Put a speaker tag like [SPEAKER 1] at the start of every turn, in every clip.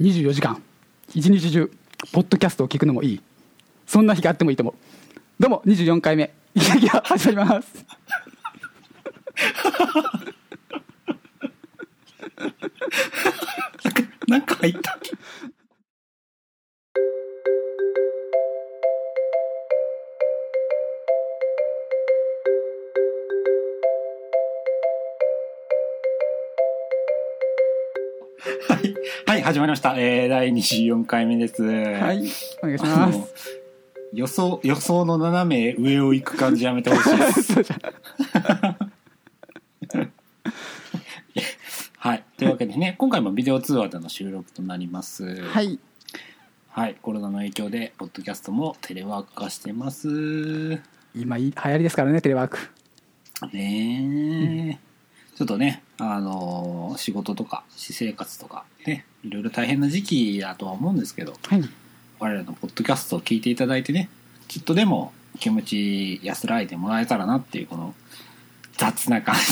[SPEAKER 1] 24時間一日中ポッドキャストを聞くのもいいそんな日があってもいいと思うどうも24回目「いきなり始まります
[SPEAKER 2] なんか入った。はい、はい、始まりました。えー、第24回目です。」は
[SPEAKER 1] はいお願いし
[SPEAKER 2] あ
[SPEAKER 1] ま
[SPEAKER 2] の
[SPEAKER 1] す
[SPEAKER 2] 予想予想の斜め上を行く感じやめてほしいで す。
[SPEAKER 1] そうじゃ
[SPEAKER 2] はい、というわけでね今回もビデオ通話での収録となります。
[SPEAKER 1] は、い
[SPEAKER 2] はい、コロナの影響でポッドキャストもテレワーク化してます。
[SPEAKER 1] 今いい流行りですからねテレワーク
[SPEAKER 2] ねえ、ちょっとねあのー仕事とか私生活とかねいろいろ大変な時期だとは思うんですけど
[SPEAKER 1] はい
[SPEAKER 2] 我らのポッドキャストを聞いていただいてねちょっとでも気持ち安らいでもらえたらなっていうこの雑な感 じ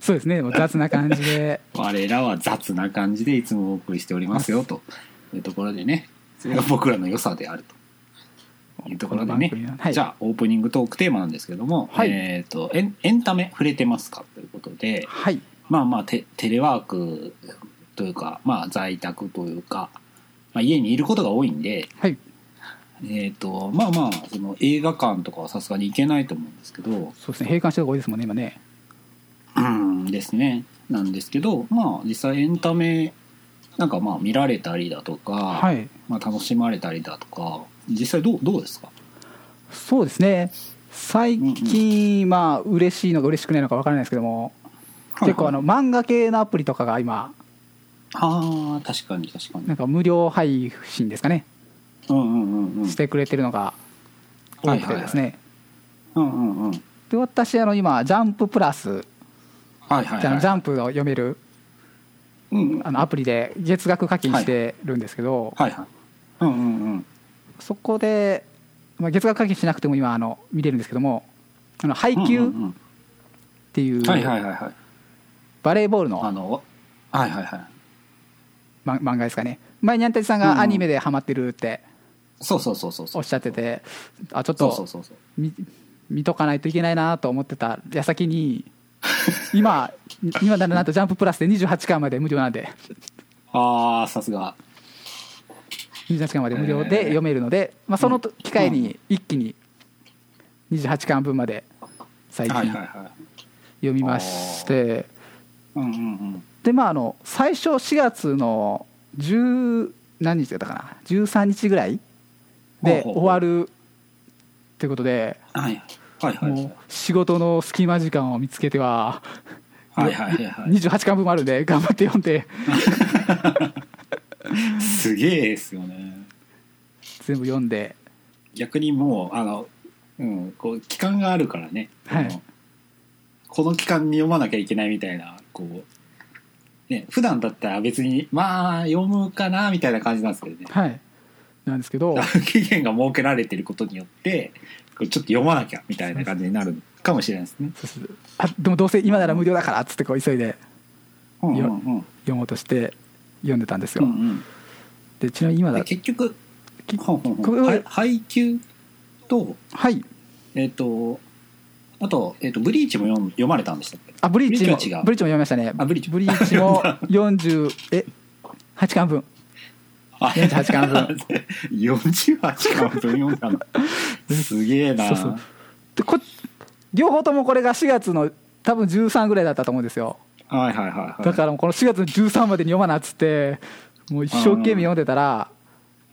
[SPEAKER 1] そうですねもう雑な感じで
[SPEAKER 2] 我らは雑な感じでいつもお送りしておりますよというところでねそれが僕らの良さであると。いう ところでね
[SPEAKER 1] この番組は、はい
[SPEAKER 2] じゃあオープニングトークテーマなんですけども、
[SPEAKER 1] はい
[SPEAKER 2] えっ、とエンエンタメ触れてますかということで、
[SPEAKER 1] はい
[SPEAKER 2] まあまあテテレワークというか、まあ、在宅というか、まあ、家にいることが多いんで、
[SPEAKER 1] はい
[SPEAKER 2] えっとまあまあその映画館とかはさすがに行けないと思うんですけど
[SPEAKER 1] そうですね閉館してるとこ多いですもんね今ね
[SPEAKER 2] うんですねなんですけどまあ実際エンタメなんかまあ見られたりだとか、
[SPEAKER 1] はい
[SPEAKER 2] まあ、楽しまれたりだとか実際どうどうですか
[SPEAKER 1] そうですね最近、まあ嬉しいのか嬉しくないのかわからないですけども結構あの漫画系のアプリとかが今
[SPEAKER 2] あー確かに確かに
[SPEAKER 1] なんか無料配信ですかね、
[SPEAKER 2] うんうんうんうん
[SPEAKER 1] してくれてるのが多くてですね、
[SPEAKER 2] うんうんうん
[SPEAKER 1] で私あの今「ジャンププラス」
[SPEAKER 2] はいはい
[SPEAKER 1] じゃ
[SPEAKER 2] は
[SPEAKER 1] あ
[SPEAKER 2] い
[SPEAKER 1] ジャンプを読める
[SPEAKER 2] うんうん
[SPEAKER 1] あのアプリで月額課金してるんですけど、
[SPEAKER 2] はいはいうんうんうん
[SPEAKER 1] そこで、まあ、月額課金しなくても今あの見れるんですけどもあの配
[SPEAKER 2] う
[SPEAKER 1] 給
[SPEAKER 2] んうんうん
[SPEAKER 1] っていう
[SPEAKER 2] はいはいはいはい
[SPEAKER 1] バレーボール
[SPEAKER 2] あ
[SPEAKER 1] の
[SPEAKER 2] のはいはいはい
[SPEAKER 1] ま漫画ですかね前にアンタジさん
[SPEAKER 2] うんうん
[SPEAKER 1] がアニメでハマってるって
[SPEAKER 2] そうそうそうそうそ
[SPEAKER 1] お
[SPEAKER 2] う
[SPEAKER 1] っしゃっててあちょっ
[SPEAKER 2] そうそう
[SPEAKER 1] と
[SPEAKER 2] そうそう
[SPEAKER 1] 見見とかないといけないなと思ってた矢先に今今ならなんと「ジャンププラス」で28巻まで無料なんで
[SPEAKER 2] ああさすが
[SPEAKER 1] 28巻まで無料
[SPEAKER 2] えー
[SPEAKER 1] で読めるので、まあ、そのと機会に一気に28巻分まで最
[SPEAKER 2] はい
[SPEAKER 1] 近
[SPEAKER 2] はい
[SPEAKER 1] 読
[SPEAKER 2] はい
[SPEAKER 1] みまして
[SPEAKER 2] うんうんうん
[SPEAKER 1] でまああの最初4月の10何日だったかな13日ぐらいで
[SPEAKER 2] ほうほう
[SPEAKER 1] 終わるということで
[SPEAKER 2] はいはいはいはい
[SPEAKER 1] もう仕事の隙間時間を見つけては
[SPEAKER 2] はいはいはい
[SPEAKER 1] 28巻分もあるんで頑張って読んで
[SPEAKER 2] すげえですよね
[SPEAKER 1] 全部読んで
[SPEAKER 2] 逆にもうあのうんこう期間があるからね
[SPEAKER 1] はい
[SPEAKER 2] このこの期間に読まなきゃいけないみたいなこうね普段だったら別にまあ読むかなみたいな感じなんですけどね
[SPEAKER 1] はいなんですけ ど
[SPEAKER 2] 期限が設けられてることによってこうちょっと読まなきゃみたいな感じになるかもしれないですね。
[SPEAKER 1] そうそうあでもどうせ今なら無料だからっつってこう急いで
[SPEAKER 2] うん
[SPEAKER 1] んう
[SPEAKER 2] う
[SPEAKER 1] んん
[SPEAKER 2] うん
[SPEAKER 1] 読もうとして読んでたんです
[SPEAKER 2] う
[SPEAKER 1] よ、
[SPEAKER 2] ん
[SPEAKER 1] でちなみに今
[SPEAKER 2] で
[SPEAKER 1] だ
[SPEAKER 2] 結局
[SPEAKER 1] き
[SPEAKER 2] ほんほんほ
[SPEAKER 1] これ
[SPEAKER 2] んはい配給と,、
[SPEAKER 1] はい
[SPEAKER 2] えっとあと,、えっと「ブリーチ」も読む読まれたんでしたっけ
[SPEAKER 1] あブリーチも
[SPEAKER 2] ブリーチは違う
[SPEAKER 1] ブリーチも読みましたね
[SPEAKER 2] あブリーチ
[SPEAKER 1] も40え8巻分48巻 分
[SPEAKER 2] 48巻分読ん だのすげえな
[SPEAKER 1] そうそうでこ両方ともこれが4月の多分13ぐらいだったと思うんですよ
[SPEAKER 2] はいはいはい
[SPEAKER 1] だからもうこの4月の13までに読まなっつってもう一生懸命読んでたら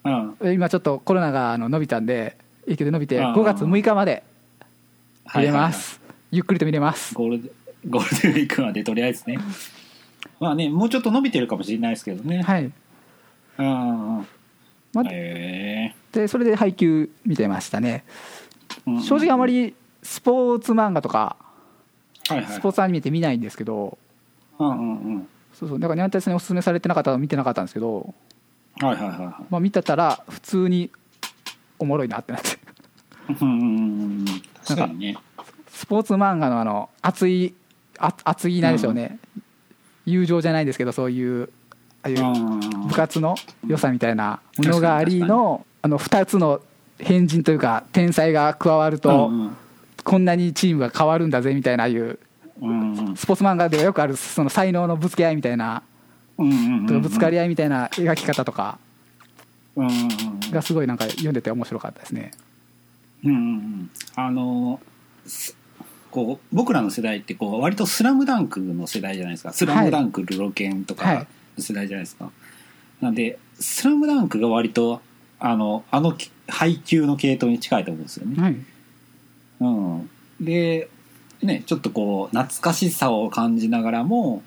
[SPEAKER 2] ら、うん
[SPEAKER 1] え今ちょっとコロナがあの伸びたんで影響で伸びて
[SPEAKER 2] あー
[SPEAKER 1] 5月6日まで
[SPEAKER 2] は
[SPEAKER 1] 見
[SPEAKER 2] い
[SPEAKER 1] れ
[SPEAKER 2] はいは
[SPEAKER 1] ま
[SPEAKER 2] い
[SPEAKER 1] すゆっくりと見れます
[SPEAKER 2] ゴールデンゴールデンウィークまでとりあえずねまあねもうちょっと伸びてるかもしれないですけどね、
[SPEAKER 1] はい、
[SPEAKER 2] うんうん
[SPEAKER 1] ま
[SPEAKER 2] へ
[SPEAKER 1] でそれで配給見てましたね
[SPEAKER 2] ーうん
[SPEAKER 1] 正直あまりスポーツ漫画とか
[SPEAKER 2] はいはい
[SPEAKER 1] スポーツアニメって見ないんですけど
[SPEAKER 2] うんうんうん
[SPEAKER 1] そうそうだからニャンタイさんにおすすめされてなかったら見てなかったんですけど、
[SPEAKER 2] はいはいはいは
[SPEAKER 1] まあ、見てたら普通におもろいなってなって
[SPEAKER 2] いうんうんうんうん確かにね
[SPEAKER 1] スポーツ漫画のあの熱いあ熱いなんでしょうね、友情じゃないんですけどそういうああいう
[SPEAKER 2] うん
[SPEAKER 1] 部活の良さみたいなものがありのあの2つの変人というか天才が加わると
[SPEAKER 2] うん
[SPEAKER 1] こんなにチームが変わるんだぜみたいなああいう
[SPEAKER 2] うんうん
[SPEAKER 1] スポーツ漫画ではよくあるその才能のぶつけ合いみたいな
[SPEAKER 2] うんうん
[SPEAKER 1] とかぶつか
[SPEAKER 2] り
[SPEAKER 1] り合いみたいな描き方とか
[SPEAKER 2] うんうんうん
[SPEAKER 1] がすごいなんか読んでて面白かったですね。
[SPEAKER 2] うんうんあのすこう僕らの世代ってこう割と「スラムダンクの世代じゃないですか「スラムダンクルロケンと
[SPEAKER 1] は
[SPEAKER 2] か
[SPEAKER 1] い
[SPEAKER 2] の世代じゃないですか、なんで「スラムダンクが割とあのあのき配給の系統に近いと思うんですよね、
[SPEAKER 1] はい、
[SPEAKER 2] うん、でねちょっとこう懐かしさを感じながらも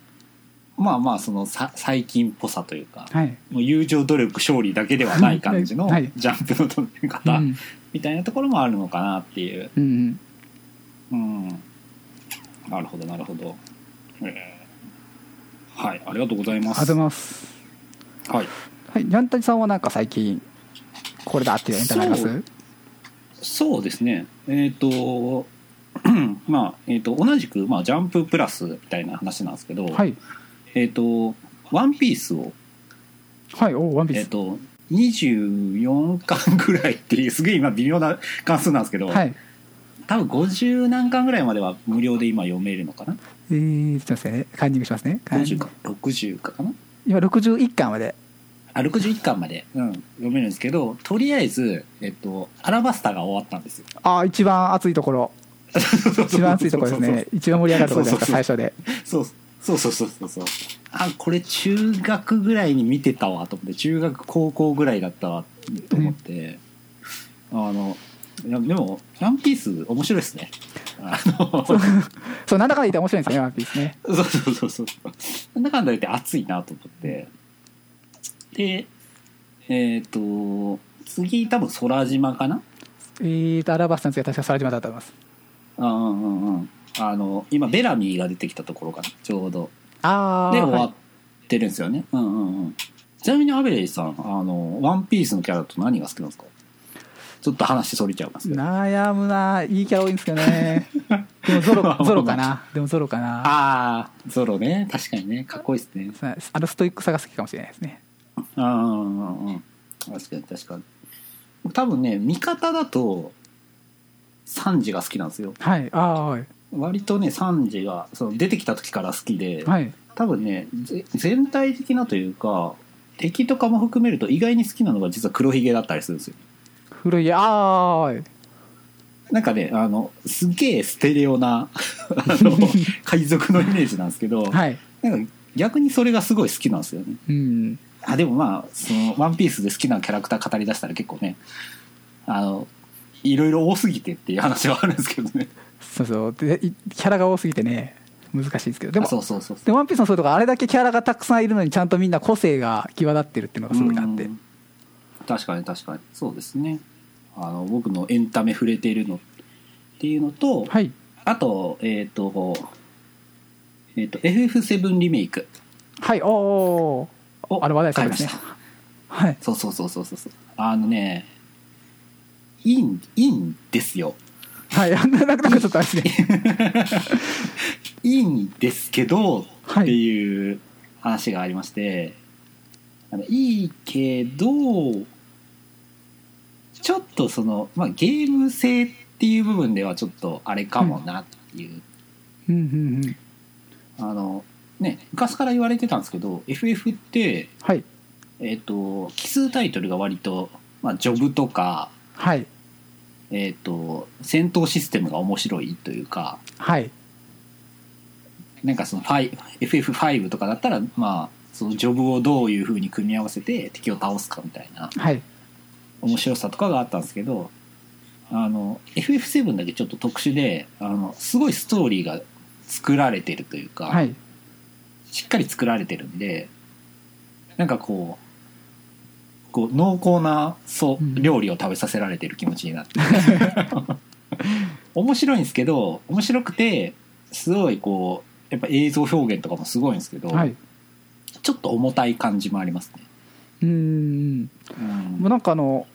[SPEAKER 2] まあまあそのさ最近っぽさというか
[SPEAKER 1] はい
[SPEAKER 2] もう友情努力勝利だけではない感じの
[SPEAKER 1] はいはい
[SPEAKER 2] ジャンプの止
[SPEAKER 1] う
[SPEAKER 2] め方、
[SPEAKER 1] ん
[SPEAKER 2] みたいなところもあるのかなっていう。
[SPEAKER 1] うん
[SPEAKER 2] うん。なるほど、なるほど。えーはい、ありがとうござい
[SPEAKER 1] ありが
[SPEAKER 2] ま
[SPEAKER 1] とうご
[SPEAKER 2] す。
[SPEAKER 1] ざい
[SPEAKER 2] はい。
[SPEAKER 1] ます。はい、ニャンタジさんはなんか最近これだっていうエンタメあります？
[SPEAKER 2] そそうですね。えっ、と、 まあ、えっ、と、同じく、まあ、ジャンププラスみたいな話なんですけど、
[SPEAKER 1] はい
[SPEAKER 2] えっ、と、ワンピースを、
[SPEAKER 1] はいおワンピ
[SPEAKER 2] え
[SPEAKER 1] ー
[SPEAKER 2] っ、
[SPEAKER 1] ス、
[SPEAKER 2] と、24巻ぐらいっていう、すげえ今微妙な関数なんですけど、
[SPEAKER 1] はい
[SPEAKER 2] 多分50何巻ぐらいまでは無料で今読めるのかな、
[SPEAKER 1] えー、ちょっと待ってねカンニングしますね。
[SPEAKER 2] ?50 か、60かかな
[SPEAKER 1] 今61巻まで
[SPEAKER 2] あ61巻まで、うん、読めるんですけどとりあえず、えっと、アラバスタが終わったんですよ
[SPEAKER 1] ああ一番熱いとこ ろ一番熱いところですね一番盛り上がるところじゃないですか最初で
[SPEAKER 2] そうそうそうそうそうそうあこれ中学ぐらいに見てたわと思って中学高校ぐらいだったわと思って、あのいやでも「ワンピース面白いですねあのそう
[SPEAKER 1] そうなんだかんだ言って面白いんですよねワンピースね
[SPEAKER 2] そうそうそうなんだかんだ言って熱いなと思ってでえっ、と次多分空島かな
[SPEAKER 1] えーとアラバスタの次は確か空島だったと思います
[SPEAKER 2] うんうんうんうんあの今ベラミーが出てきたところかなちょうど
[SPEAKER 1] ああ
[SPEAKER 2] で終わってるんですよね、うんうんうんちなみにアベレージさんあの「ワンピースのキャラと何が好きなんですかちょっと話それちゃいますけど
[SPEAKER 1] 悩むないいキャラ多いんですけど ねでもゾロゾロかなでもゾロかな
[SPEAKER 2] ああゾロね確かにねかっこいいですね
[SPEAKER 1] さあのストイックさが好きかもしれないですね
[SPEAKER 2] うんうんうん確かに確かに多分ね味方だとサンジが好きなんですよ
[SPEAKER 1] はいああはい
[SPEAKER 2] 割とねサンジがその出てきた時から好きで、
[SPEAKER 1] はい
[SPEAKER 2] 多分ねぜ全体的なというか敵とかも含めると意外に好きなのが実は黒ひげだったりするんですよ
[SPEAKER 1] 古いああはい
[SPEAKER 2] なんかねあのすげえステレオなあ の海賊のイメージなんですけど、
[SPEAKER 1] はい
[SPEAKER 2] なんか逆にそれがすごい好きなんですよね
[SPEAKER 1] うん
[SPEAKER 2] あでもまあその「ワンピースで好きなキャラクター語り出したら結構ねあのいろいろ多すぎてっていう話はあるんですけどね
[SPEAKER 1] そうそうでいキャラが多すぎてね難しいんですけどでも
[SPEAKER 2] あそうそうそう
[SPEAKER 1] でワンピースのそういうとこあれだけキャラがたくさんいるのにちゃんとみんな個性が際立ってるっていうのがすごいなって
[SPEAKER 2] うん確かに確かにそうですねあの僕のエンタメ触れているのっていうのと、
[SPEAKER 1] はい
[SPEAKER 2] あとえっ、とえっ、と FF7 リメイク
[SPEAKER 1] はいおお
[SPEAKER 2] を
[SPEAKER 1] あれ話題作
[SPEAKER 2] 買い
[SPEAKER 1] で
[SPEAKER 2] ますし
[SPEAKER 1] ね
[SPEAKER 2] た
[SPEAKER 1] はい
[SPEAKER 2] そうそうそうそうそうそうあのねいいんいいんですよ
[SPEAKER 1] はいあなんかなんかちょっとあれですね
[SPEAKER 2] いいんですけど
[SPEAKER 1] は
[SPEAKER 2] っ
[SPEAKER 1] い
[SPEAKER 2] ていう話がありまして、あのいいけどちょっとその、まあ、ゲーム性っていう部分ではちょっとあれかもなっていう、
[SPEAKER 1] うんうんうん
[SPEAKER 2] あのね昔から言われてたんですけど FF って、
[SPEAKER 1] はい
[SPEAKER 2] えっと奇数タイトルが割と、まあ、ジョブとか、
[SPEAKER 1] はい
[SPEAKER 2] えっと戦闘システムが面白いというか
[SPEAKER 1] はい
[SPEAKER 2] なんかその 5- FF5 とかだったらまあそのジョブをどういう風に組み合わせて敵を倒すかみたいな
[SPEAKER 1] はい
[SPEAKER 2] 面白さとかがあったんですけどあの FF7 だけちょっと特殊であのすごいストーリーが作られてるというか、
[SPEAKER 1] はい
[SPEAKER 2] しっかり作られてるんでなんかこうこう濃厚なそ
[SPEAKER 1] う
[SPEAKER 2] う
[SPEAKER 1] ん
[SPEAKER 2] 料理を食べさせられてる気持ちにな って、面白いんですけど面白くてすごいこうやっぱ映像表現とかもすごいんですけど、
[SPEAKER 1] はい
[SPEAKER 2] ちょっと重たい感じもありますね。
[SPEAKER 1] うんうん
[SPEAKER 2] うん
[SPEAKER 1] もうなんかあの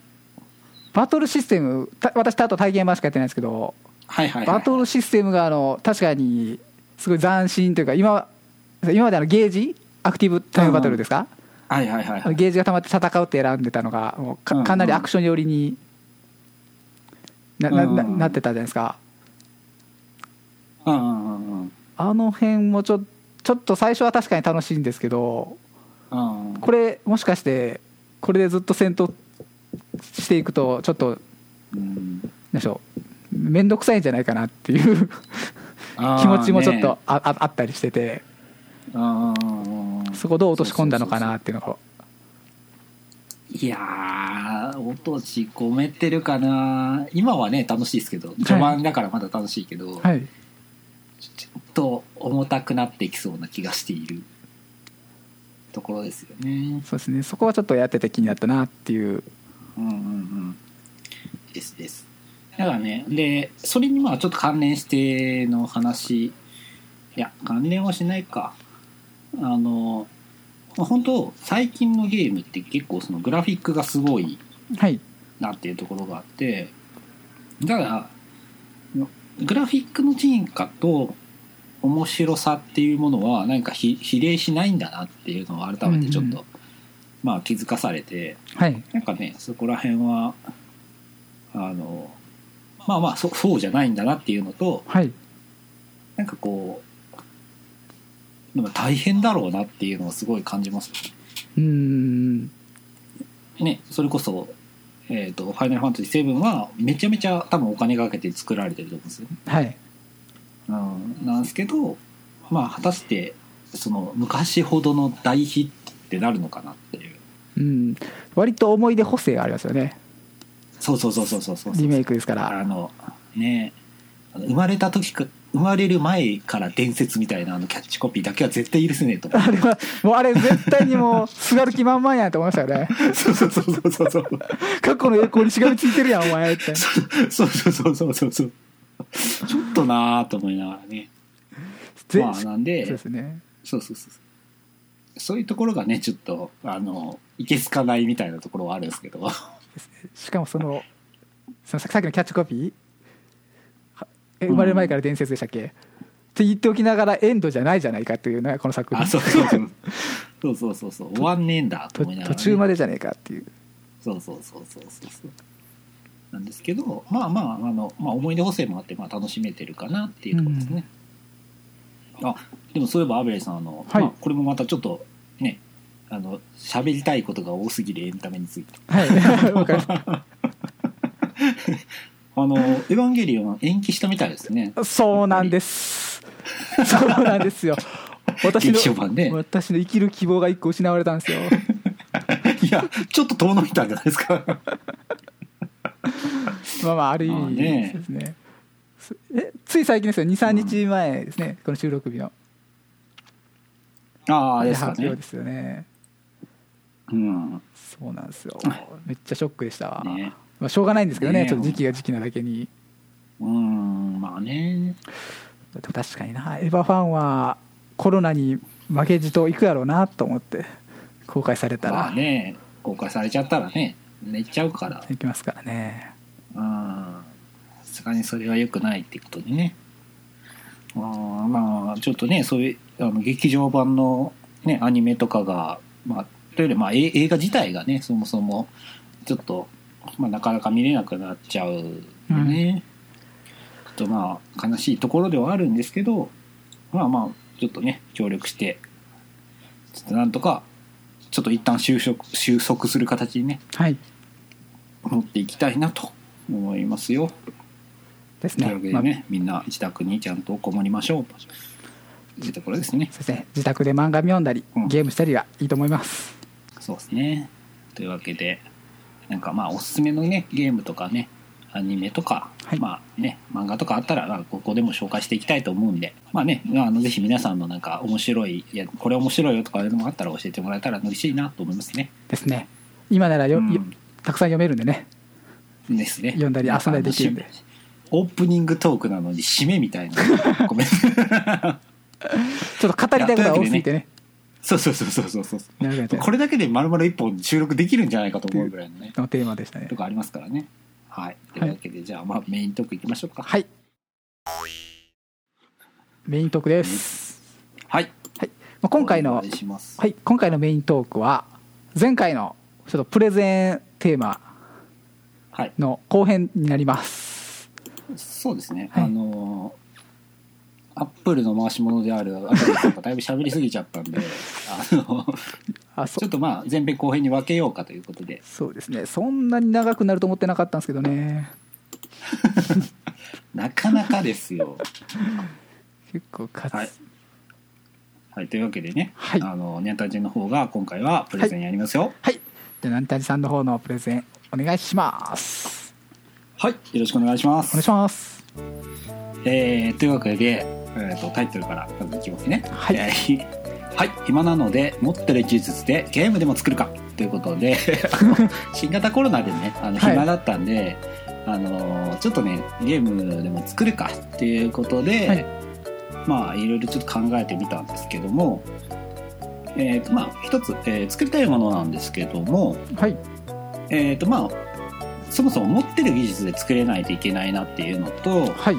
[SPEAKER 1] バトルシステムた私あと体験版しかやってないんですけど
[SPEAKER 2] はいはいはい
[SPEAKER 1] バトルシステムがあの確かにすごい斬新というか今今まであのゲージアクティブタイムバトルですか、
[SPEAKER 2] はいはいはい、はい、
[SPEAKER 1] ゲージが溜まって戦うって選んでたのがもう
[SPEAKER 2] うんう
[SPEAKER 1] か
[SPEAKER 2] ん
[SPEAKER 1] かなりアクション寄りにななな
[SPEAKER 2] うん
[SPEAKER 1] なってたじゃないですか
[SPEAKER 2] うんうんうんうん
[SPEAKER 1] あの辺もちょちょっと最初は確かに楽しいんですけど
[SPEAKER 2] うんうん
[SPEAKER 1] これもしかしてこれでずっと戦闘していくとちょっと
[SPEAKER 2] うん
[SPEAKER 1] 何でしょう面倒くさいんじゃないかなっていう
[SPEAKER 2] あー
[SPEAKER 1] 気持ちもちょっと
[SPEAKER 2] ね
[SPEAKER 1] あ,、ああったりしてて
[SPEAKER 2] うんうんうんうん
[SPEAKER 1] そこどう落とし込んだのかなっていうのが
[SPEAKER 2] いやー落とし込めてるかな今はね楽しいですけど序盤だからまだ楽しいけど、
[SPEAKER 1] はい
[SPEAKER 2] ちょっと重たくなってきそうな気がしているところですよね
[SPEAKER 1] そうですねそこはちょっとやってて気になったなっていう
[SPEAKER 2] うんうんうんですですだからねでそれにまあちょっと関連しての話いや関連はしないかあのまあ本当最近のゲームって結構そのグラフィックがすごい
[SPEAKER 1] はい
[SPEAKER 2] なっていうところがあってだからグラフィックの進化と面白さっていうものはなんか比比例しないんだなっていうのを改めてちょ
[SPEAKER 1] う
[SPEAKER 2] っと、
[SPEAKER 1] んうん
[SPEAKER 2] まあ気づかされて
[SPEAKER 1] はい
[SPEAKER 2] なんかねそこら辺はあのまあまあそそうじゃないんだなっていうのと
[SPEAKER 1] はい
[SPEAKER 2] なんかこうなんか大変だろうなっていうのをすごい感じますね。
[SPEAKER 1] うーん
[SPEAKER 2] ね、それこそ、えっ、と、ファイナルファンタジー7はめちゃめちゃ多分お金かけて作られてると思うんですよ。
[SPEAKER 1] はい
[SPEAKER 2] うん、なんですけど、まあ果たして、その昔ほどの大ヒットってなるのかなっていう。
[SPEAKER 1] うん割と思い出補正がありますよね
[SPEAKER 2] そうそうそうそうそうそう
[SPEAKER 1] リメイクですから
[SPEAKER 2] あの、ね、あの生まれた時か、生まれる前から伝説みたいなあのキャッチコピーだけは絶対許せねえと思
[SPEAKER 1] あれはもうあれ絶対にもうすがる気満々やんと思いましたよね
[SPEAKER 2] う。そうそうそうそうそうそう。
[SPEAKER 1] 過去の栄光にしがみついてるやんお前って
[SPEAKER 2] そうそうそうそうそうそう。ちょっとなぁと思いながらね。
[SPEAKER 1] ぜ
[SPEAKER 2] まあなんで、
[SPEAKER 1] そうですね
[SPEAKER 2] そうそうそうそう。そういうところがね、ちょっと、あの、いけすかないみたいなところはあるんですけど。
[SPEAKER 1] しかもそのそのささっきのキャッチコピーはえ生まれる前から伝説でしたっけ、って言っておきながらエンドじゃないじゃないかっていうねこの作
[SPEAKER 2] あ、
[SPEAKER 1] 品
[SPEAKER 2] そうそうそう。そうそうそうそう。終わんねえんだと
[SPEAKER 1] と
[SPEAKER 2] 思いながら、
[SPEAKER 1] 途
[SPEAKER 2] ね。
[SPEAKER 1] 中までじゃねえかっていう
[SPEAKER 2] そうそうそうそうそうそう。なんですけど、まあまあ、あの、まあ思い出補正もあって、まあ楽しめてるかなっていうところですね。あ、でもそういえばアベレさん、あの、
[SPEAKER 1] はい
[SPEAKER 2] まあこれもまたちょっと、ね、あの、喋りたいことが多すぎるエンタメについて。
[SPEAKER 1] はいわかりま
[SPEAKER 2] あの、エヴァンゲリオンは延期したみたいですね。
[SPEAKER 1] すそうなんですそうなんですよ私
[SPEAKER 2] 劇場
[SPEAKER 1] の
[SPEAKER 2] 版ね。
[SPEAKER 1] 私の生きる希望が一個失われたんですよ
[SPEAKER 2] いや、ちょっと遠のいたんじゃないですか。
[SPEAKER 1] まあまあある意
[SPEAKER 2] まあ
[SPEAKER 1] 味
[SPEAKER 2] ね
[SPEAKER 1] そうですねすえつい最近ですよ23日前ですね、この収録日の
[SPEAKER 2] ああ、
[SPEAKER 1] で
[SPEAKER 2] ですか
[SPEAKER 1] 発表
[SPEAKER 2] ね
[SPEAKER 1] で。すよね
[SPEAKER 2] うん。
[SPEAKER 1] そうなんですよ
[SPEAKER 2] はい
[SPEAKER 1] めっちゃショックでしたわ、
[SPEAKER 2] ね。
[SPEAKER 1] まあ、しょうがないんですけどね
[SPEAKER 2] ねえ
[SPEAKER 1] ちょっと時期が時期なだけに
[SPEAKER 2] うん、まあね。
[SPEAKER 1] でも確かになエヴァファンはコロナに負けじと行くやろうなと思って公開された
[SPEAKER 2] まあ
[SPEAKER 1] ら
[SPEAKER 2] ね、公開されちゃったらね、寝ちゃうから。
[SPEAKER 1] 行きますからね
[SPEAKER 2] うん。さすがにそれは良くないってことでね。あーまあ、ちょっとね、そういう、あの劇場版のね、アニメとかが、まあ、というより、まあ、え映画自体がね、そもそも、ちょっと、まあ、なかなか見れなくなっちゃうよね。ちょっとまあ、悲しいところではあるんですけど、まあまあ、ちょっとね、協力して、ちょっとなんとか、ちょっと一旦収束、収束する形にね、
[SPEAKER 1] はい
[SPEAKER 2] 持っていきたいなと思いますよ。
[SPEAKER 1] です
[SPEAKER 2] とい
[SPEAKER 1] ね
[SPEAKER 2] うわけ
[SPEAKER 1] ま
[SPEAKER 2] で
[SPEAKER 1] あ
[SPEAKER 2] ね、みんな自宅にちゃんとこもりましょうと。いうところですね。
[SPEAKER 1] そうですね自宅で漫画読んだり
[SPEAKER 2] うん
[SPEAKER 1] ゲームしたりがいいと思います、
[SPEAKER 2] そうですね。というわけで、なんかまあおすすめのね、ゲームとかね、アニメとか、
[SPEAKER 1] はい
[SPEAKER 2] まあね、漫画とかあったら、まあここでも紹介していきたいと思うんで、まあね、あのぜひ皆さんのなんか面白い、いや、これ面白いよとかいうのもあったら教えてもらえたら嬉しいなと思いますね。
[SPEAKER 1] ですね今ならよ、
[SPEAKER 2] うん
[SPEAKER 1] よたくさん読めるんでね
[SPEAKER 2] ですね。
[SPEAKER 1] 読んだり遊んだりできるんで。
[SPEAKER 2] オープニングトークなのに締めみたいな。ごめん。
[SPEAKER 1] ちょっと語りたいことが多すぎてね
[SPEAKER 2] そうそうそうそうそうそう。
[SPEAKER 1] なるほど
[SPEAKER 2] これだけで丸々一本収録できるんじゃないかと思うぐらいのね、
[SPEAKER 1] のテーマでしたね
[SPEAKER 2] とかありますからね。はい。というわけで、じゃあ、まあ、メイントークいきましょうか。。
[SPEAKER 1] はいいメイントークです、
[SPEAKER 2] はい。
[SPEAKER 1] まあ、今回
[SPEAKER 2] お
[SPEAKER 1] の
[SPEAKER 2] 願いします。
[SPEAKER 1] はい、今回のメイントークは、前回のちょっとプレゼンテーマ
[SPEAKER 2] はい
[SPEAKER 1] の後編になります
[SPEAKER 2] そうですね、
[SPEAKER 1] はい
[SPEAKER 2] あのアップルの回し物であるアプリさんがだいぶ喋りすぎちゃったんであの
[SPEAKER 1] あそ
[SPEAKER 2] ちょっとまあ前編後編に分けようかということで
[SPEAKER 1] そうですねそんなに長くなると思ってなかったんですけどね
[SPEAKER 2] なかなかですよ。
[SPEAKER 1] 結構かつ、
[SPEAKER 2] はいはい、というわけでね、
[SPEAKER 1] はい
[SPEAKER 2] あのニャンタジェの方が今回はプレゼンやりますよ。
[SPEAKER 1] はい。じゃあ、ナンタジさんの方のプレゼン、お願いします。
[SPEAKER 2] はい、よろしくお願いしま
[SPEAKER 1] お
[SPEAKER 2] す。
[SPEAKER 1] 願いします。
[SPEAKER 2] えーというわけで、えー、とタイトルからまずいきますね。
[SPEAKER 1] はい
[SPEAKER 2] えー はい、暇なので持ってる技術でゲームでも作るかというこ とであの新型コロナでねあの
[SPEAKER 1] はい
[SPEAKER 2] 暇だったんで、あのちょっとねゲームでも作るかっていうことで、
[SPEAKER 1] はい
[SPEAKER 2] まあいろいろちょっと考えてみたんですけども、えーとまあ、一つ、えー作りたいものなんですけども、
[SPEAKER 1] はい。
[SPEAKER 2] えーとまあ、そもそも持ってる技術で作れないといけないなっていうのと、
[SPEAKER 1] はい。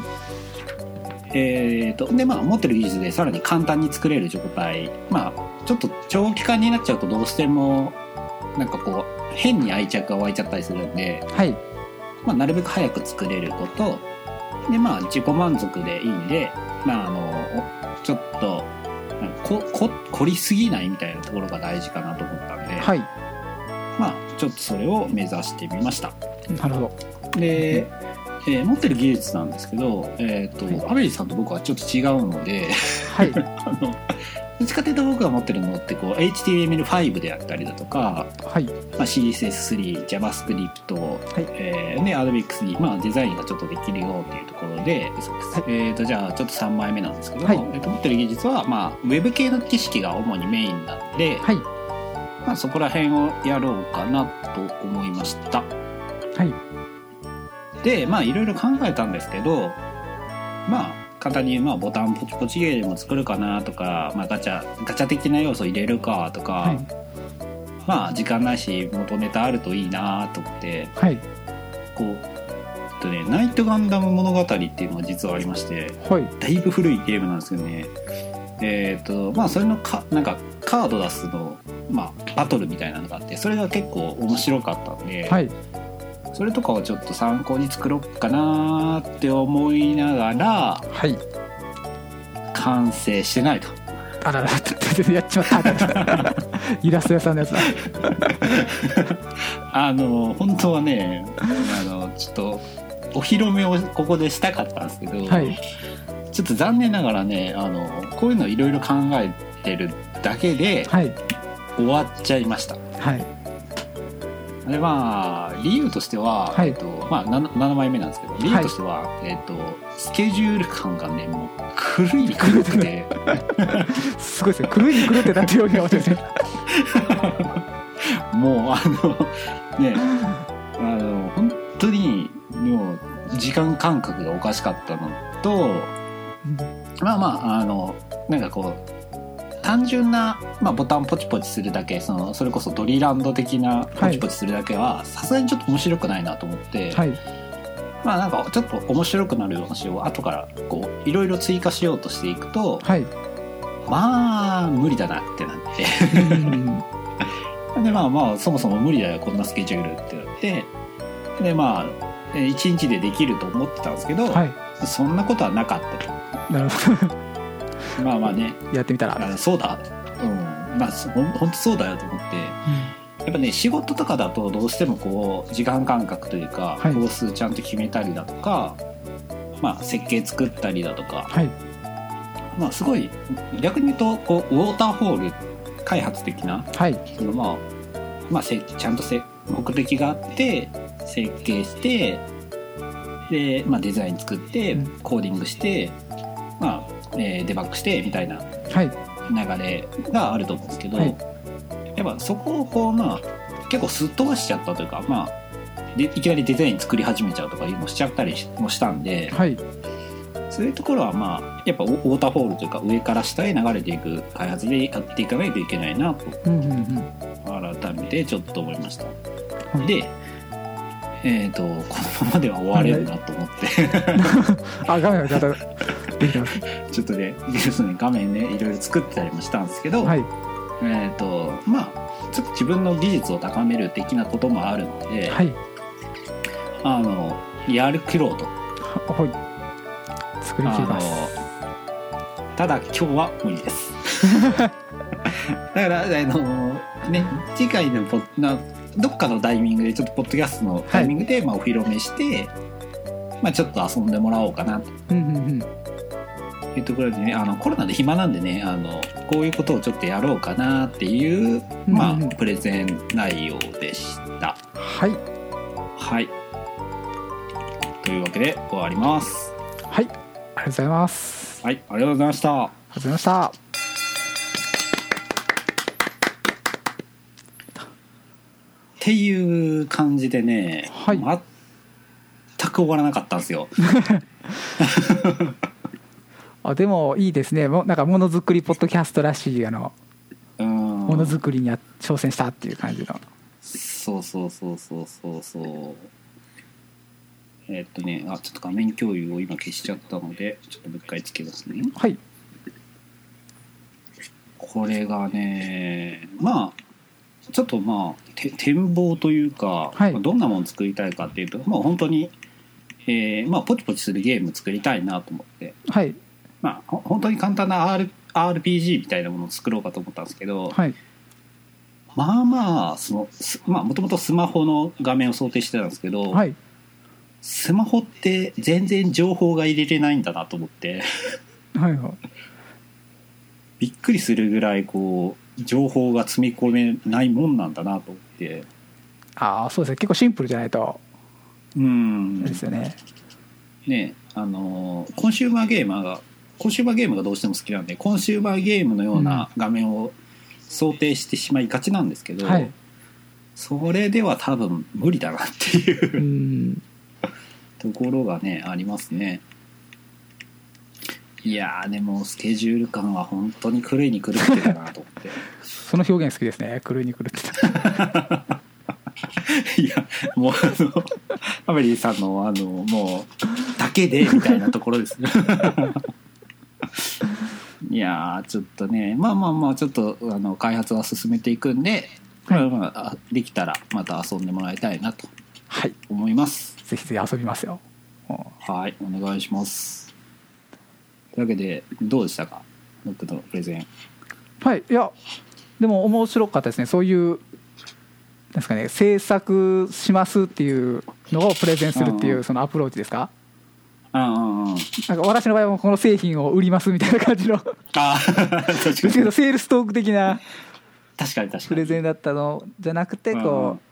[SPEAKER 2] えー、とでまあ持ってる技術でさらに簡単に作れる状態まあちょっと長期間になっちゃうとどうしてもなんかこう変に愛着が湧いちゃったりするんで、
[SPEAKER 1] はい。
[SPEAKER 2] まあ、なるべく早く作れることでまあ自己満足でいいんでまああのおちょっとなんかここ凝りすぎないみたいなところが大事かなと思ったんで、
[SPEAKER 1] はい。
[SPEAKER 2] まあちょっとそれを目指してみました。
[SPEAKER 1] なるほど。
[SPEAKER 2] で、えー持ってる技術なんですけど、えーとアベリーさんと僕はちょっと違うので。
[SPEAKER 1] はい。
[SPEAKER 2] あのどっちかというと僕が持ってるのってこう HTML5 であったりだとか、
[SPEAKER 1] はい。
[SPEAKER 2] まあ、CSS3、JavaScript、
[SPEAKER 1] い
[SPEAKER 2] えーで Adobe3、まあ、デザインがちょっとできるよっていうところで、
[SPEAKER 1] はい
[SPEAKER 2] えー、とじゃあちょっと3枚目なんですけど、
[SPEAKER 1] はい
[SPEAKER 2] えーと持ってる技術は、まあ、ウェブ系の知識が主にメインなんで、
[SPEAKER 1] はい。
[SPEAKER 2] まあ、そこら辺をやろうかなと思いました。
[SPEAKER 1] はい。
[SPEAKER 2] でまあいろいろ考えたんですけどまあ簡単にまあボタンポチポチゲームも作るかなとか、まあ、ガチャガチャ的な要素入れるかとか、
[SPEAKER 1] はい。
[SPEAKER 2] まあ時間ないし元ネタあるといいなと思って
[SPEAKER 1] はい。
[SPEAKER 2] こう、えっとね「ナイトガンダム物語」っていうのが実はありまして
[SPEAKER 1] はい。
[SPEAKER 2] だいぶ古いゲームなんですけどねえっ、とまあそれのかなんかカード出すの、まあ、バトルみたいなのがあってそれが結構面白かったんで、
[SPEAKER 1] はい。
[SPEAKER 2] それとかをちょっと参考に作ろうかなーって思いながら
[SPEAKER 1] はい。
[SPEAKER 2] 完成してないと
[SPEAKER 1] あらら、やっちま った。イラスト屋さんのやつだ。
[SPEAKER 2] あの本当はねあのちょっとお披露目をここでしたかったんですけど、
[SPEAKER 1] はい。
[SPEAKER 2] ちょっと残念ながらねあのこういうのいろいろ考えてるだけで
[SPEAKER 1] はい。
[SPEAKER 2] 終わっちゃいました
[SPEAKER 1] はい。
[SPEAKER 2] でまあ理由としては、
[SPEAKER 1] はい
[SPEAKER 2] えっとまあ、7, 7枚目なんですけど理由としては、えっと、スケジュール感がねもう狂いに狂ってて。
[SPEAKER 1] すごいですね。狂いに狂ってたっていうように思ってて。
[SPEAKER 2] もうあのねあの本当にもう時間感覚がおかしかったのとまあまああのなんかこう単純な、まあ、ボタンポチポチするだけそのそれこそドリランド的なポチポチするだけはさすがにちょっと面白くないなと思って、
[SPEAKER 1] はい。
[SPEAKER 2] まあなんかちょっと面白くなるような仕様を後からこういろいろ追加しようとしていくと
[SPEAKER 1] はい。
[SPEAKER 2] まあ無理だなってなって
[SPEAKER 1] うん
[SPEAKER 2] でまあまあそもそも無理だよこんなスケジュールってなってでまあえー一日でできると思ってたんですけど、
[SPEAKER 1] は
[SPEAKER 2] そんなことはなかった
[SPEAKER 1] い。なるほ
[SPEAKER 2] とまあまあね
[SPEAKER 1] ど。やってみた
[SPEAKER 2] あ
[SPEAKER 1] ら。
[SPEAKER 2] のそうだうんまあそほんほんとそうだよと思ってや
[SPEAKER 1] う
[SPEAKER 2] っぱね仕事とかだとどうしてもこう時間感覚というか
[SPEAKER 1] はい
[SPEAKER 2] 工数ちゃんと決めたりだとか、まあ設計作ったりだとか
[SPEAKER 1] んはい。
[SPEAKER 2] まあすごい逆に言うとこうウォーターホール開発的な
[SPEAKER 1] はい。
[SPEAKER 2] そのまあ、まあ、せちゃんとせ目的があって設計してで、まあ、デザイン作って
[SPEAKER 1] うん
[SPEAKER 2] コーディングして、まあえーデバッグしてみたいな
[SPEAKER 1] はい。
[SPEAKER 2] 流れがあると思うんですけど、
[SPEAKER 1] はい
[SPEAKER 2] やっぱそこをこうまあ結構すっ飛ばしちゃったというかまあでいきなりデザイン作り始めちゃうとかいうのをしちゃったりしもしたんで
[SPEAKER 1] はい。
[SPEAKER 2] そういうところはまあやっぱウォーターフォールというか上から下へ流れていく開発でやっていかないといけないなと
[SPEAKER 1] うんうんうん。
[SPEAKER 2] 改めてちょっと思いました、
[SPEAKER 1] い
[SPEAKER 2] でえっ、とこのままでは終われるなと思って
[SPEAKER 1] あ、画面がちゃんとできてます。
[SPEAKER 2] ちょっとね要するに画面ねいろいろ作ってたりもしたんですけど、
[SPEAKER 1] はい。
[SPEAKER 2] えっ、とまあちょっと自分の技術を高める的なこともあるので、
[SPEAKER 1] はい
[SPEAKER 2] あのやるきろうと
[SPEAKER 1] ははい作り切り
[SPEAKER 2] あ
[SPEAKER 1] ます
[SPEAKER 2] のただ今日は無理です だからあのね次回のポなどっかのタイミングでちょっとポッドキャストのタイミングで、まあ、お披露目して、まあ、ちょっと遊んでもらおうかなと
[SPEAKER 1] うんうんうん
[SPEAKER 2] いうところでねあのコロナで暇なんでねあのこういうことをちょっとやろうかなっていう、まあ
[SPEAKER 1] うんうん
[SPEAKER 2] プレゼン内容でした
[SPEAKER 1] はい
[SPEAKER 2] はいというわけで終わります
[SPEAKER 1] はいありがとうございます
[SPEAKER 2] はいありがとうございました
[SPEAKER 1] ありがとうございました
[SPEAKER 2] っていう感じでね、
[SPEAKER 1] はい
[SPEAKER 2] 全く終わらなかったんです よ。
[SPEAKER 1] あでもいいですねもうなんかものづくりポッドキャストらしいあの
[SPEAKER 2] うん
[SPEAKER 1] ものづくりにや挑戦したっていう感じの
[SPEAKER 2] そうそうそうそうそうそう。えーっとね、あ、ちょっと画面共有を今消しちゃったので、ちょっともう一回つけますね。
[SPEAKER 1] はい
[SPEAKER 2] これがね、まあ、ちょっとまあ、て展望というか、
[SPEAKER 1] はい
[SPEAKER 2] まあどんなもの作りたいかっていうと、まあ本当に、えーまあポチポチするゲーム作りたいなと思って、
[SPEAKER 1] はい
[SPEAKER 2] まあほ本当に簡単な、R、RPG みたいなものを作ろうかと思ったんですけど、
[SPEAKER 1] はい
[SPEAKER 2] まあまあそのすまあもともとスマホの画面を想定してたんですけど、
[SPEAKER 1] はい
[SPEAKER 2] スマホって全然情報が入れれないんだなと思って
[SPEAKER 1] はいはい
[SPEAKER 2] びっくりするぐらいこう情報が積み込めないもんなんだなと思って
[SPEAKER 1] ああそうですね結構シンプルじゃないと
[SPEAKER 2] うん
[SPEAKER 1] ですよね
[SPEAKER 2] ねあのーコンシューマーゲーマーがコンシューマーゲームがどうしても好きなんでコンシューマーゲームのような画面を想定してしまいがちなんですけど、
[SPEAKER 1] はい
[SPEAKER 2] それでは多分無理だなっていう
[SPEAKER 1] うん
[SPEAKER 2] ところがねありますねいやーでもスケジュール感は本当に狂いに狂ってたなと思っ
[SPEAKER 1] その表現好きですね狂いに狂って た
[SPEAKER 2] て いやもうあのアメリーさんのあのもうだけでみたいなところですね いやーちょっとねまあまあまあちょっとあの開発は進めていくんで、
[SPEAKER 1] はい
[SPEAKER 2] まあまああできたらまた遊んでもらいたいなと
[SPEAKER 1] はい
[SPEAKER 2] 思います
[SPEAKER 1] ぜひぜひ遊びますよも
[SPEAKER 2] はいお願いしますというわけでどうでしたか僕のプレゼン
[SPEAKER 1] うはいいやでも面白かったですねそういうなんですかね制作しますっていうのをプレゼンするってい
[SPEAKER 2] うん
[SPEAKER 1] うそのアプローチですか
[SPEAKER 2] うんうんうん。
[SPEAKER 1] なんか私の場合はこの製品を売りますみたいな感 じのどっ
[SPEAKER 2] あー
[SPEAKER 1] ちかと
[SPEAKER 2] 確
[SPEAKER 1] いう
[SPEAKER 2] かに
[SPEAKER 1] とセールストーク的な
[SPEAKER 2] 確かに確か
[SPEAKER 1] プレ
[SPEAKER 2] に。
[SPEAKER 1] ゼンだったのじゃなくて
[SPEAKER 2] うんうん
[SPEAKER 1] こう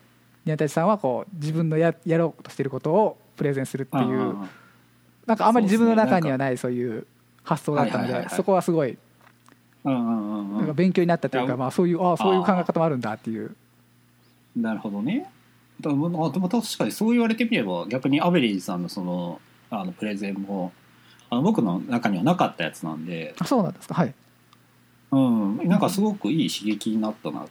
[SPEAKER 1] 宮田さんはこう自分のややろうとしてることをプレゼンするって
[SPEAKER 2] う
[SPEAKER 1] い
[SPEAKER 2] ん
[SPEAKER 1] ううん
[SPEAKER 2] うん
[SPEAKER 1] なんかあまり自分の
[SPEAKER 2] そうですね
[SPEAKER 1] 中にはないそういう発想だったの
[SPEAKER 2] はいはいはい
[SPEAKER 1] で
[SPEAKER 2] はい
[SPEAKER 1] そこはすごい
[SPEAKER 2] うんうんうん
[SPEAKER 1] なん
[SPEAKER 2] う
[SPEAKER 1] か
[SPEAKER 2] ん
[SPEAKER 1] 勉強になったという
[SPEAKER 2] いや
[SPEAKER 1] かまあそういうああそういう考え方もあるんだっていう
[SPEAKER 2] なるほどね。だでもあでも確かにそう言われてみれば逆にアベリーさんのそのあのプレゼンもあの僕の中にはなかったやつなんで、
[SPEAKER 1] あそうなんですかはい
[SPEAKER 2] うん、なんかすごくいい刺激になったなと。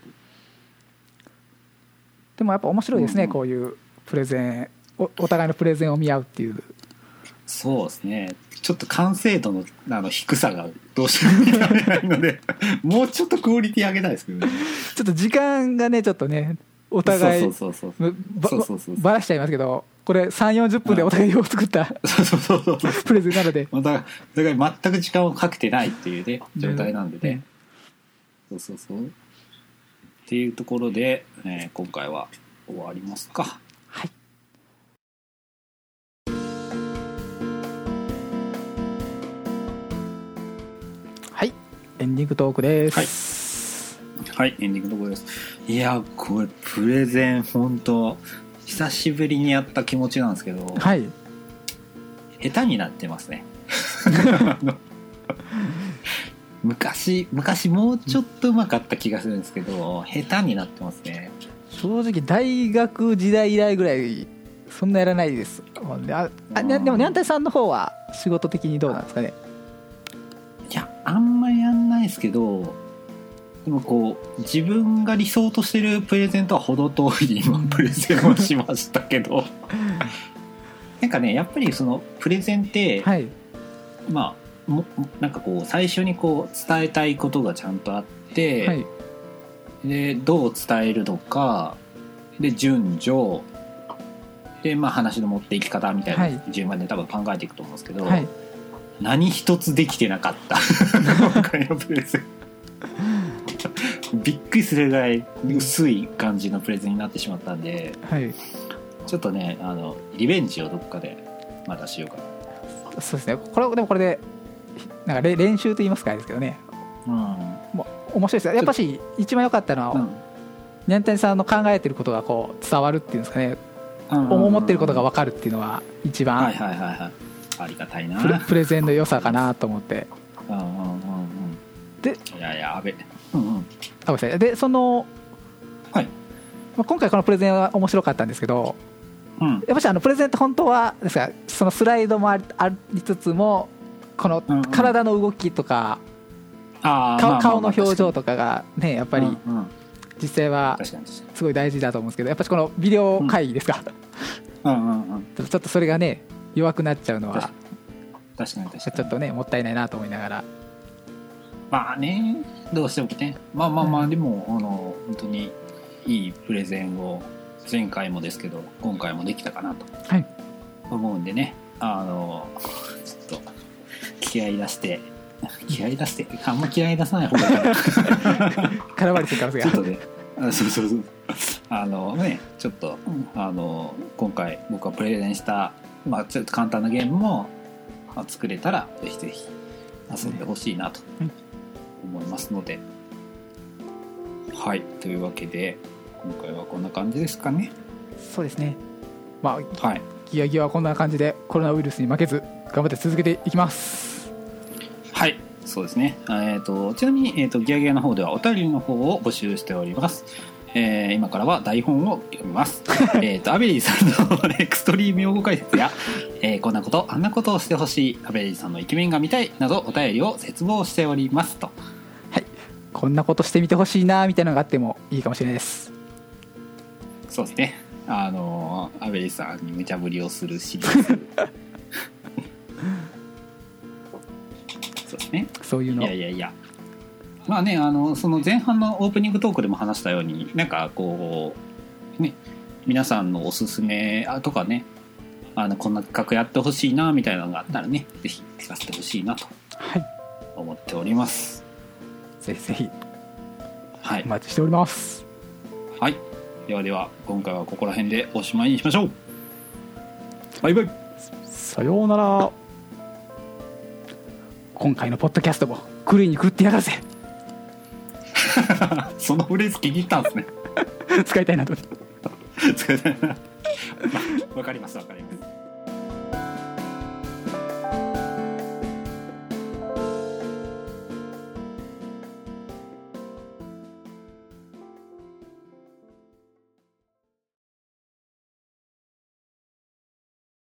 [SPEAKER 1] でもやっぱ面白いです
[SPEAKER 2] うん
[SPEAKER 1] ね
[SPEAKER 2] うん
[SPEAKER 1] こういうプレゼンおお互いのプレゼンを見合うっていう
[SPEAKER 2] そうですね。ちょっと完成度のあの低さがどうしても見られないので、 もうちょっとクオリティ上げたいですけどね。
[SPEAKER 1] ちょっと時間がねちょっとねお
[SPEAKER 2] そう
[SPEAKER 1] 互い
[SPEAKER 2] そうそうそう。
[SPEAKER 1] ば
[SPEAKER 2] そうそうそうそう
[SPEAKER 1] ばらしちゃいますけどこれ3 4 0分でお互いよう作った
[SPEAKER 2] そうそうそうそう。
[SPEAKER 1] プレゼンなので
[SPEAKER 2] まあだからだから全く時間をかけてないっていうね状態なんでね
[SPEAKER 1] ね
[SPEAKER 2] そうそうそうっていうところで、えー今回は終わりますか
[SPEAKER 1] はいはいエンディングトークです
[SPEAKER 2] はいエンディングのところですいやーこれプレゼン本当久しぶりにやった気持ちなんですけど、
[SPEAKER 1] はい、
[SPEAKER 2] 下手になってます ね昔昔もうちょっとうまかった気がするんですけど下手になってますね
[SPEAKER 1] 正直大学時代以来ぐらいそんなやらないですもんねああね
[SPEAKER 2] うん
[SPEAKER 1] でもにゃんたいさんの方は仕事的にどうなんですかね
[SPEAKER 2] いやあんまりやんないですけどでもこう自分が理想としてるプレゼントは程遠 い今プレゼンをしましたけどなんかねやっぱりそのプレゼンって、
[SPEAKER 1] はい
[SPEAKER 2] まあもなんかこう最初にこう伝えたいことがちゃんとあって、
[SPEAKER 1] はい
[SPEAKER 2] でどう伝えるのかで順序で、まあ、話の持っていき方みた
[SPEAKER 1] はいい
[SPEAKER 2] な順番で多分考えていくと思うんですけど、
[SPEAKER 1] はい
[SPEAKER 2] 何一つできてなかった 他のプレゼンびっくりするぐらい薄い感じのプレゼンになってしまったんで
[SPEAKER 1] はい
[SPEAKER 2] ちょっとねあのリベンジをどっかでまたしようかな。
[SPEAKER 1] そうですねこれでもこれでなんかれ練習と言いますかあれですけどね
[SPEAKER 2] うん
[SPEAKER 1] もう面白いですねやっぱし一番良かったのは、ニャンタニさんの考えてることがこう伝わるっていうんですかね、思ってることが
[SPEAKER 2] 分
[SPEAKER 1] 分かるっていうのは一
[SPEAKER 2] か
[SPEAKER 1] 番
[SPEAKER 2] はいはいはいはいありがたいな
[SPEAKER 1] プレ,、プレゼンの良さかなと思って
[SPEAKER 2] うんうんうんうん
[SPEAKER 1] で
[SPEAKER 2] いややべうんうん
[SPEAKER 1] あごめんなさいでその、
[SPEAKER 2] はい
[SPEAKER 1] まあ、今回このプレゼンは面白かったんですけど
[SPEAKER 2] うん
[SPEAKER 1] やっぱしあのプレゼンって本当はですかそのスライドもありありつつもこの
[SPEAKER 2] うんうん
[SPEAKER 1] 体の動きとか、
[SPEAKER 2] あー
[SPEAKER 1] 顔
[SPEAKER 2] まあ
[SPEAKER 1] 顔の
[SPEAKER 2] まあまあ
[SPEAKER 1] 表情とかがねやっぱり
[SPEAKER 2] うんうん
[SPEAKER 1] 実際は
[SPEAKER 2] 確かに確かに
[SPEAKER 1] すごい大事だと思うんですけどやっぱしこのビデオ会議ですか、
[SPEAKER 2] うんうんうん
[SPEAKER 1] ちょっとそれがね弱くなっちゃうのは
[SPEAKER 2] 確かに確かに
[SPEAKER 1] ちょっとねもったいないなと思いながら
[SPEAKER 2] まあねどうしてもねまあまあま
[SPEAKER 1] う
[SPEAKER 2] あ
[SPEAKER 1] ん
[SPEAKER 2] でも、あの本当にいいプレゼンを前回もですけど今回もできたかなと
[SPEAKER 1] はい
[SPEAKER 2] 思うんでねあのちょっと気合い出して気合い出してあんま気合い出さない方がいいかな
[SPEAKER 1] 絡まれてる可能性
[SPEAKER 2] ち
[SPEAKER 1] が
[SPEAKER 2] ょっとねあそうそうそうあのねちょっとあの今回僕がプレゼンした、まあ、ちょっと簡単なゲームも、まあ、作れたらぜひぜひ遊んでほしいなと
[SPEAKER 1] うん
[SPEAKER 2] 思いますので、はいというわけで今回はこんな感じですかね
[SPEAKER 1] そうですねまあ
[SPEAKER 2] はい
[SPEAKER 1] ギアギアはこんな感じでコロナウイルスに負けず頑張って続けていきます
[SPEAKER 2] はいそうですね、えー、とちなみに、えー、とギアギアの方ではお便りの方を募集しておりますえー今からは台本を読みますえーとアベリーさんのエクストリーム用語解説や、えーこんなことあんなことをしてほしいアベリーさんのイケメンが見たいなどお便りを絶望しておりますと
[SPEAKER 1] こんなことしてみてほしいなみたいなのがあってもいいかもしれないです
[SPEAKER 2] そうですねあのーアベリーさんに無茶ぶりをするシリーズそうですね
[SPEAKER 1] そういう
[SPEAKER 2] い
[SPEAKER 1] の
[SPEAKER 2] やいやいやまあねあのその前半のオープニングトークでも話したようになんかこうね皆さんのおすすめあとかねあのこんな企画やってほしいなみたいなのがあったらねぜひ聞かせてほしいなと
[SPEAKER 1] はい
[SPEAKER 2] 思っております
[SPEAKER 1] ぜひぜひ
[SPEAKER 2] はい
[SPEAKER 1] お、待ちしております
[SPEAKER 2] はい、ではでは今回はここら辺でおしまいにしましょうバイバイ
[SPEAKER 1] さようなら今回のポッドキャストも狂いに狂ってやがるぜ
[SPEAKER 2] そのフレーズ気に入ったんですね
[SPEAKER 1] 使いたいなと思って
[SPEAKER 2] それでわわかりますわかります